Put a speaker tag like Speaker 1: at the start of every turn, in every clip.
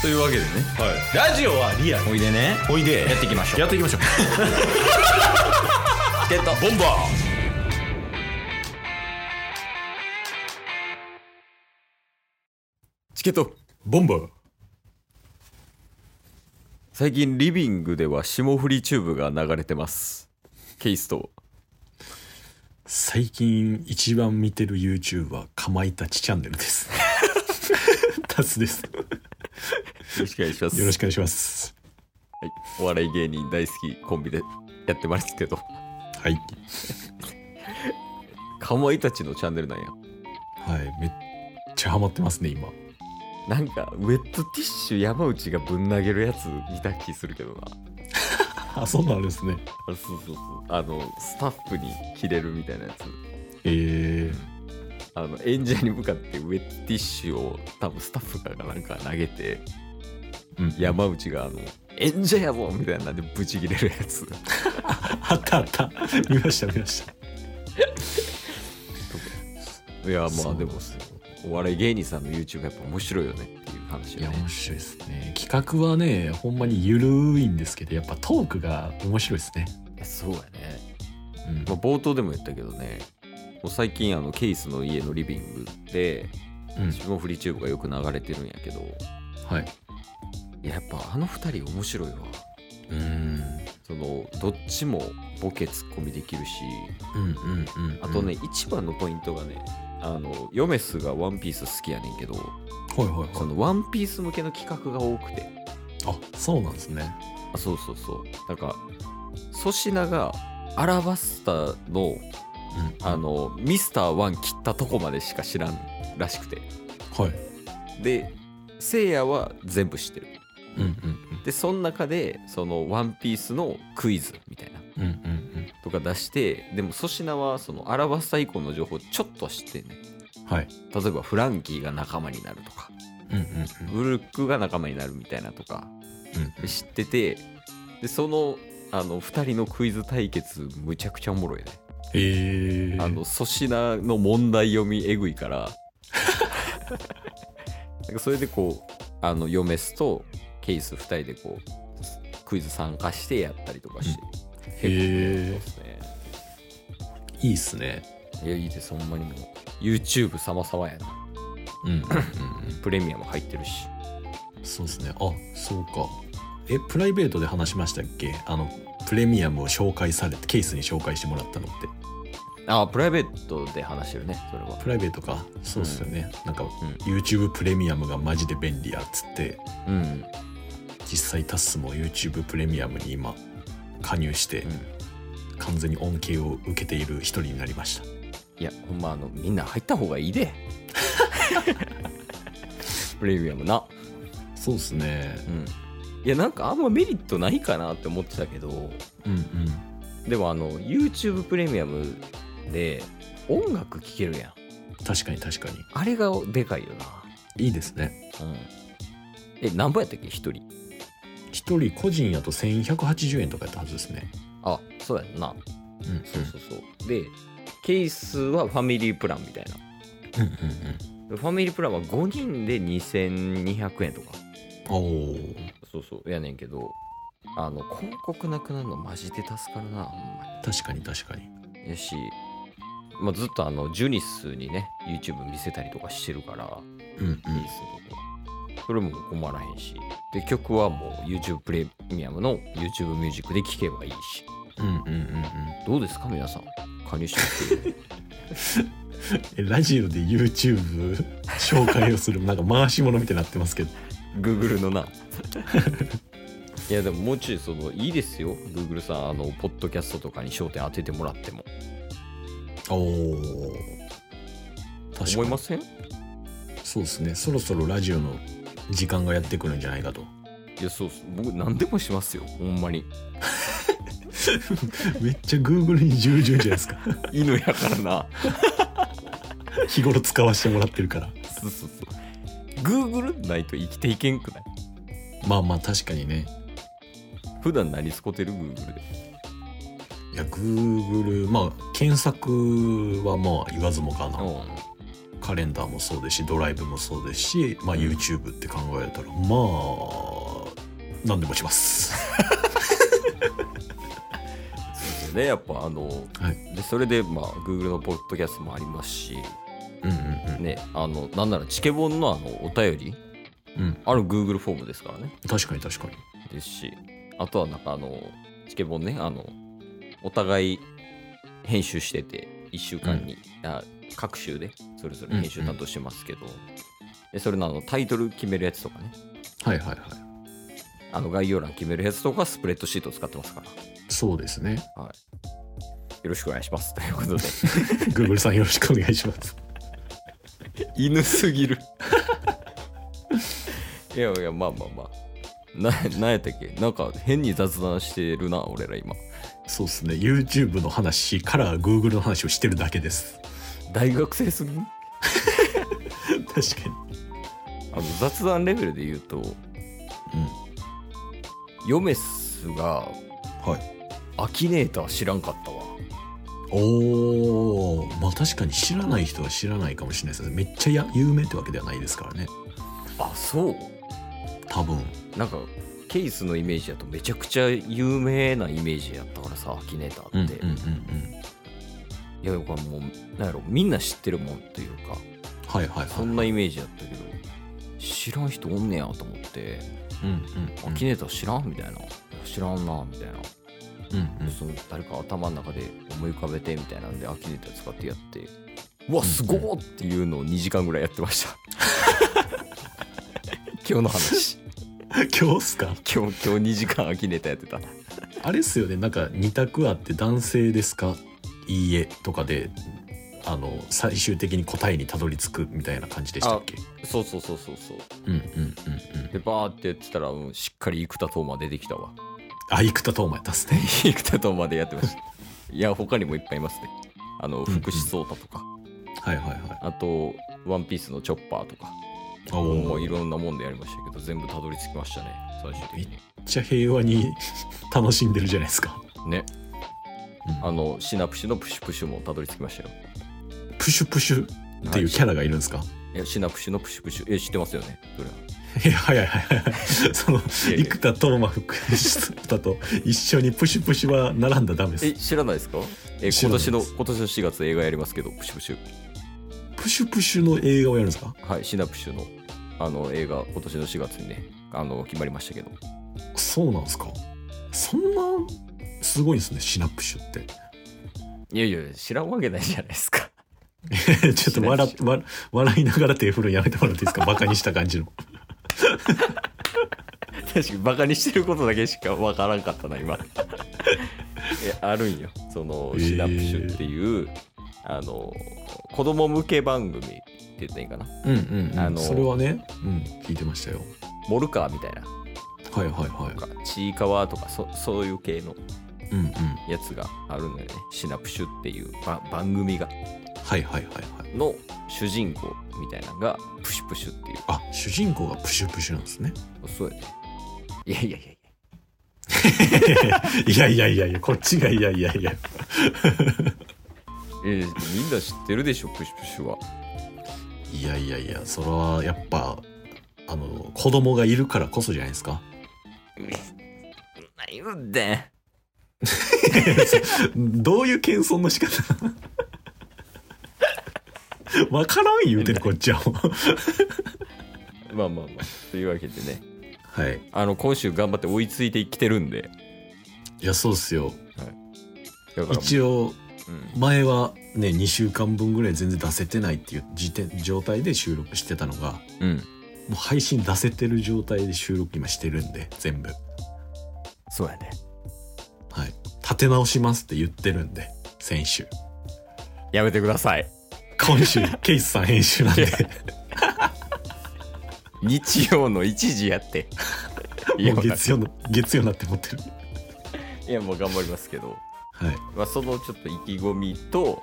Speaker 1: というわけでね
Speaker 2: はい、ラジオはリアル
Speaker 1: おいでね
Speaker 2: おいで
Speaker 1: やっていきましょう
Speaker 2: やっていきましょう
Speaker 1: ゲット
Speaker 2: ボンバ
Speaker 1: チケット
Speaker 2: ーボンバー
Speaker 1: 最近リビングでは霜降りチューブが流れてますケイスト
Speaker 2: 最近一番見てる YouTuber かまいたちチャンネルです タスですよ
Speaker 1: よろしくお願いします
Speaker 2: ろしくお願いします
Speaker 1: はい、お笑い芸人大好きコンビでやってますけど
Speaker 2: はい
Speaker 1: かまいたちのチャンネルなんや
Speaker 2: はいめっちゃハマってますね今
Speaker 1: なんかウェットティッシュ山内がぶん投げるやつ見た気するけどな
Speaker 2: あそんなんあるんですね
Speaker 1: あそうそうそうあのスタッフに切れるみたいなやつ
Speaker 2: えー、
Speaker 1: あの演者に向かってウェットティッシュを多分スタッフがなんか投げて
Speaker 2: うん
Speaker 1: 山内があの演者やぞみたいなんでブチ切れるやつ
Speaker 2: あったあった見ました見ました
Speaker 1: いやま
Speaker 2: そ
Speaker 1: あ
Speaker 2: う
Speaker 1: でもお笑い芸人さんの YouTube やっぱ面白いよねっていう話
Speaker 2: い
Speaker 1: よ
Speaker 2: や
Speaker 1: ね
Speaker 2: 面白いですね企画はねほんまにゆるいんですけどやっぱトークが面白いですね、
Speaker 1: そうやね
Speaker 2: うん
Speaker 1: まあ、冒頭でも言ったけどねもう最近あのケイスの家のリビングで
Speaker 2: うん
Speaker 1: 自分フリーチューブがよく流れてるんやけど
Speaker 2: はい
Speaker 1: いややっぱあの二人面白いわ
Speaker 2: うーん
Speaker 1: そのどっちもボケツッコミできるし
Speaker 2: うんうんうん
Speaker 1: あとね、一番のポイントがねあのヨメスが「ワンピース好きやねんけど
Speaker 2: はいはい
Speaker 1: そ
Speaker 2: は
Speaker 1: の「
Speaker 2: い
Speaker 1: ワンピース向けの企画が多くて
Speaker 2: あそうなんですね
Speaker 1: あそうそうそうなんか粗品がアラバスタの
Speaker 2: うん
Speaker 1: あのミスターワン切ったとこまでしか知らんらしくて
Speaker 2: はい
Speaker 1: でせいやは全部知ってる
Speaker 2: うんうん
Speaker 1: でその中でその「ワンピースのクイズみたいな
Speaker 2: うんうんうん
Speaker 1: とか出してでも粗品はそのアラバスタ以降の情報ちょっとは知ってんね
Speaker 2: うんはい
Speaker 1: 例えばフランキーが仲間になるとか
Speaker 2: うんうん
Speaker 1: ブルックが仲間になるみたいなとか
Speaker 2: うん
Speaker 1: 知っててでそのあの2人のクイズ対決むちゃくちゃおもろいね
Speaker 2: えー、
Speaker 1: あの粗品の問題読みえぐいから なんかそれでこうあのヨメスとケイス2人でこうクイズ参加してやったりとかして、
Speaker 2: うん
Speaker 1: 結構面白いですね
Speaker 2: いいっすね
Speaker 1: いやいいですほんまにもう YouTube 様々やな
Speaker 2: うんうんうん
Speaker 1: プレミアム入ってるし
Speaker 2: うんそうですねあそうかえプライベートで話しましたっけあのプレミアムを紹介されてケースに紹介してもらったのって
Speaker 1: あプライベートで話してるねそれは
Speaker 2: プライベートかそうっすよね、なんか、
Speaker 1: ん
Speaker 2: YouTube プレミアムがマジで便利やっつって
Speaker 1: うん
Speaker 2: 実際タッスも YouTube プレミアムに今加入して、
Speaker 1: うん
Speaker 2: 完全に恩恵を受けている一人になりました
Speaker 1: いやほんまあのみんな入った方がいい でプレミアムな
Speaker 2: そうですね
Speaker 1: うんいやなんかあんまメリットないかなって思ってたけど
Speaker 2: うんうん
Speaker 1: でもあの YouTube プレミアムで音楽聴けるやん
Speaker 2: 確かに確かに
Speaker 1: あれがでかいよない
Speaker 2: いですね
Speaker 1: うんえ何本やったっけ1人
Speaker 2: 一人個人やと1180円とかやったはずですね
Speaker 1: あそうやんな
Speaker 2: うんうん
Speaker 1: そうそうそうでケースはファミリープランみたいな
Speaker 2: うんう
Speaker 1: フ
Speaker 2: ん
Speaker 1: ァミリープランは5人で2200円とか
Speaker 2: おおー
Speaker 1: そうそうやねんけどあの広告なくなるのマジで助かるなほんま
Speaker 2: 確かに確かに
Speaker 1: にやし、まあ、ずっとあのジュニスにね YouTube 見せたりとかしてるから
Speaker 2: うんうん
Speaker 1: リリースのとこそれも困らへんしで曲はもう YouTube プレミアムの YouTube ミュージックで聴けばいいし
Speaker 2: うんうんうんうん
Speaker 1: どうですか皆さん加入して みて
Speaker 2: えラジオで YouTube 紹介をするなんか回し物みたいになってますけど
Speaker 1: Google のな いやでももうちょいそのいいですよ Google さんあのポッドキャストとかに焦点当ててもらっても
Speaker 2: おお確かに
Speaker 1: 思いませんい
Speaker 2: そうですねそろそろラジオの時間がやってくるんじゃないかと
Speaker 1: やそうっす僕何でもしますよほんまに
Speaker 2: めっちゃ Google に従順じゃないですか
Speaker 1: 犬やからな
Speaker 2: 日頃使わせてもらってるから
Speaker 1: そうそうそう Google ないと生きていけんくない
Speaker 2: まあまあ確かにね
Speaker 1: 普段何使ってる Google で
Speaker 2: いや Google まあ検索はまあ言わずもがな
Speaker 1: うん
Speaker 2: カレンダーもそうですしドライブもそうですし、まあ、
Speaker 1: うん
Speaker 2: YouTube って考えたら、まあ何でもし ます。
Speaker 1: ですねやっぱあの、
Speaker 2: はい
Speaker 1: でそれでまあ Google のポッドキャストもありますし
Speaker 2: うんうん
Speaker 1: ねあのなんならチケボンのあのお便り
Speaker 2: うん、うん、
Speaker 1: ある Google フォームですからね
Speaker 2: 確かに確かに。
Speaker 1: ですしあとはなんかあのチケボンねあのお互い編集してて1週間に、あ各週でそれぞれ編集担当してますけど、でそれのあのタイトル決めるやつとかね
Speaker 2: はいはいはい。
Speaker 1: あの概要欄決めるやつとかスプレッドシート使ってますからよ
Speaker 2: そうですね。
Speaker 1: ろしくお願いしますということで
Speaker 2: Google さんよろしくお願いします。
Speaker 1: 犬すぎるいやいやまあまあまあななんやったっけなんか変に雑談してるな俺ら今
Speaker 2: そうですね。YouTube の話から Google の話をしてるだけです。
Speaker 1: 大学生すぎん
Speaker 2: 確か
Speaker 1: あの雑談レベルで言うと
Speaker 2: に。うん。
Speaker 1: ヨメスが
Speaker 2: はい。
Speaker 1: アキネーター知らんかったわ
Speaker 2: おーまあ確かに知らない人は知らないかもしれないですね。めっちゃや有名ってわけではないですからね。
Speaker 1: あそう
Speaker 2: 多分。
Speaker 1: なんかケースのイメージだとめちゃくちゃ有名なイメージやったからさアキネーターって、
Speaker 2: うんうんうん。
Speaker 1: いやこれもうなんやろみんな知ってるもんというか
Speaker 2: はいはいは
Speaker 1: そ
Speaker 2: い。
Speaker 1: んなイメージやったけど知らん人おんねやと思って
Speaker 2: うんうん
Speaker 1: アキネーター知らんみたいないや知らんなみたいな、
Speaker 2: うんうん
Speaker 1: その誰か頭の中で思い浮かべてみたいなんでアキネーター使ってやってうわすごーっていうのを2時間ぐらいやってました 今日の話
Speaker 2: 今日っすか
Speaker 1: 今日今日2時間アキネーターやってた
Speaker 2: あれっすよねなんか2択あって「男性ですか?」「いいえ」とかであの最終的に答えにたどり着くみたいな感じでしたっけ
Speaker 1: そうそうそうそうそう
Speaker 2: うんうんうんうん
Speaker 1: でバーってやってたら、うんしっかり生田斗真出てきたわ
Speaker 2: あ生田斗真やったっすね
Speaker 1: 生田斗真でやってましたいや他にもいっぱいいますねあの
Speaker 2: うん
Speaker 1: 福士蒼太とか、
Speaker 2: はいはいはい
Speaker 1: あとワンピースのチョッパーとか
Speaker 2: あ
Speaker 1: も
Speaker 2: お
Speaker 1: うい
Speaker 2: ーめっ
Speaker 1: ろんなもんでやりましたけど全部たどり着きましたね最終的
Speaker 2: ちゃ平和に楽しんでるじゃないですか、
Speaker 1: にね
Speaker 2: うん
Speaker 1: あのシナプシのプシュプシュもたどり着きましたよ
Speaker 2: プシュプシュっていうキャラがいるんですか、、
Speaker 1: いやシナプシのプシュプシュえ知ってますよねそれはい
Speaker 2: や早い早い早いその
Speaker 1: やいや
Speaker 2: 生田斗真福田と一緒にプシュプシュは並んだらダメです
Speaker 1: え知らないですかえ
Speaker 2: 知ら
Speaker 1: 今
Speaker 2: ないで
Speaker 1: 年
Speaker 2: す
Speaker 1: の今年の4月映画やりますけどプシュプシュ
Speaker 2: プシュプシュの映画をやるんですか
Speaker 1: はい、シナプシュのあの映画、今年の4月にね、あの決まりましたけど、
Speaker 2: そうなんですかそんなすごいんですねシナプシュ って
Speaker 1: いやいや、知らんわけないじゃないですか。
Speaker 2: ちょっと笑っ笑笑いながら手振るのやめてもらっていいですかバカにした感じの
Speaker 1: 確かに、バカにしてることだけしかわからんかったな、今。いや、あるんよ、その、
Speaker 2: えー
Speaker 1: シナプシュっていう、あの、子供向け番組って言ったらいいかな、
Speaker 2: うんうん、
Speaker 1: あの
Speaker 2: それはね、うん、聞いてましたよ
Speaker 1: モルカーみたいな、
Speaker 2: はいはいはい
Speaker 1: とか、ちいかわとかそ、そういう系の
Speaker 2: うんうん
Speaker 1: やつがあるのよね、シナプシュっていうば番組が、
Speaker 2: はいはいはいはい
Speaker 1: の主人公みたいなのが、プシュプシュっていう。
Speaker 2: あ主人公がプシュプシュなんですね
Speaker 1: そうやね。いやいやいやい
Speaker 2: いやいやいやいやこっちがいやいやいや
Speaker 1: や。えみんな知ってるでしょ、プシュプシュは。
Speaker 2: いやいやいやそれはやっぱあの子供がいるからこそじゃないですか
Speaker 1: 何言うんで。
Speaker 2: どういう謙遜の仕 方わからん言うてるこっちはもう
Speaker 1: まあまあまあ。というわけでね、
Speaker 2: はい
Speaker 1: あの今週頑張って追いついてきてるんで、
Speaker 2: いやそうっすよ
Speaker 1: だから、
Speaker 2: 一応
Speaker 1: うん
Speaker 2: 前はね2週間分ぐらい全然出せてないっていう時点状態で収録してたのが
Speaker 1: うん、
Speaker 2: もう配信出せてる状態で収録今してるんで全部
Speaker 1: そうやね。
Speaker 2: はい立て直しますって言ってるんで先週
Speaker 1: やめてください。
Speaker 2: 今 週ケイスさん編集なんで
Speaker 1: 日曜の1時や って。いや、
Speaker 2: もう月曜の月曜になって思ってる
Speaker 1: いやもう頑張りますけど、
Speaker 2: はい
Speaker 1: まあ、そのちょっと意気込みと、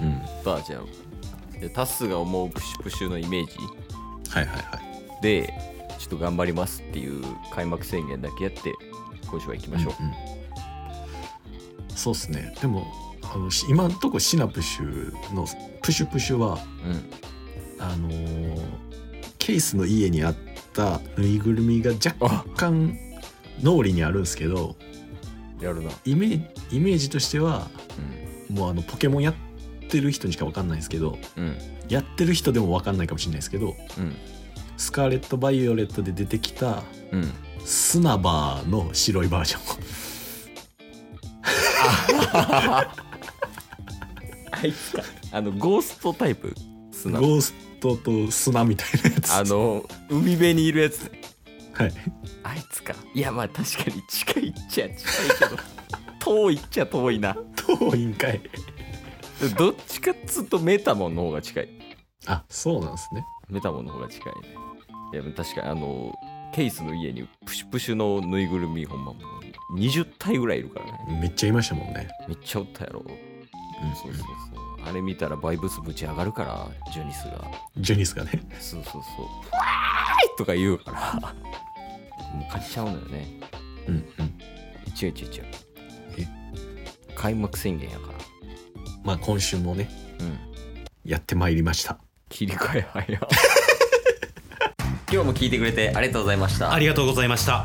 Speaker 2: うん
Speaker 1: まあ、じゃあ、でタスが思うプシュプシュのイメージ。
Speaker 2: はいはいはい
Speaker 1: でちょっと頑張りますっていう開幕宣言だけやって今週は行きましょう、
Speaker 2: うんうんそうっすねでもあのし今んとこシナプシュのプシュプシュは
Speaker 1: うん、
Speaker 2: あのーケースの家にあったぬいぐるみが若干脳裏にあるんですけど
Speaker 1: やるな。
Speaker 2: イメージイメージとしては
Speaker 1: う
Speaker 2: もうあのポケモンやってる人にしか分かんないんですけど
Speaker 1: ん。うん。
Speaker 2: やってる人でも分かんないかもしれないですけど
Speaker 1: うん。
Speaker 2: スカーレット・バイオレットで出てきた
Speaker 1: うん。
Speaker 2: スナバーの白いバージョン
Speaker 1: あいつか。あの、ゴーストタイプ砂。
Speaker 2: ゴーストと砂みたいなやつ
Speaker 1: あの、海辺にいるやつ。
Speaker 2: はい
Speaker 1: あいつか。いや、まあ確かに近いっちゃ近いけど、 遠いっちゃ遠いな。
Speaker 2: 当委員会
Speaker 1: どっちかっつうとメタモンの方が近い。
Speaker 2: あそうなんですね
Speaker 1: メタモンの方が近いね。いや、確かにあの、ケイスの家にプシュプシュのぬいぐるみほんまもう20体ぐらいいるからね。
Speaker 2: めっちゃいましたもんね
Speaker 1: めっちゃおったやろ。
Speaker 2: うん
Speaker 1: そうそうそう。あれ見たらバイブスぶち上がるから、ジュニスが。
Speaker 2: ジュニスがね
Speaker 1: そうそうそう。わーいとか言うから。もう買っちゃうのよね。
Speaker 2: うんうん
Speaker 1: 違う違う違う。
Speaker 2: え
Speaker 1: 開幕宣言やから。
Speaker 2: まあ今週もね
Speaker 1: うん。
Speaker 2: やってまいりました
Speaker 1: 切り替え早い今日も聞いてくれてありがとうございました
Speaker 3: ありがとうございました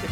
Speaker 3: す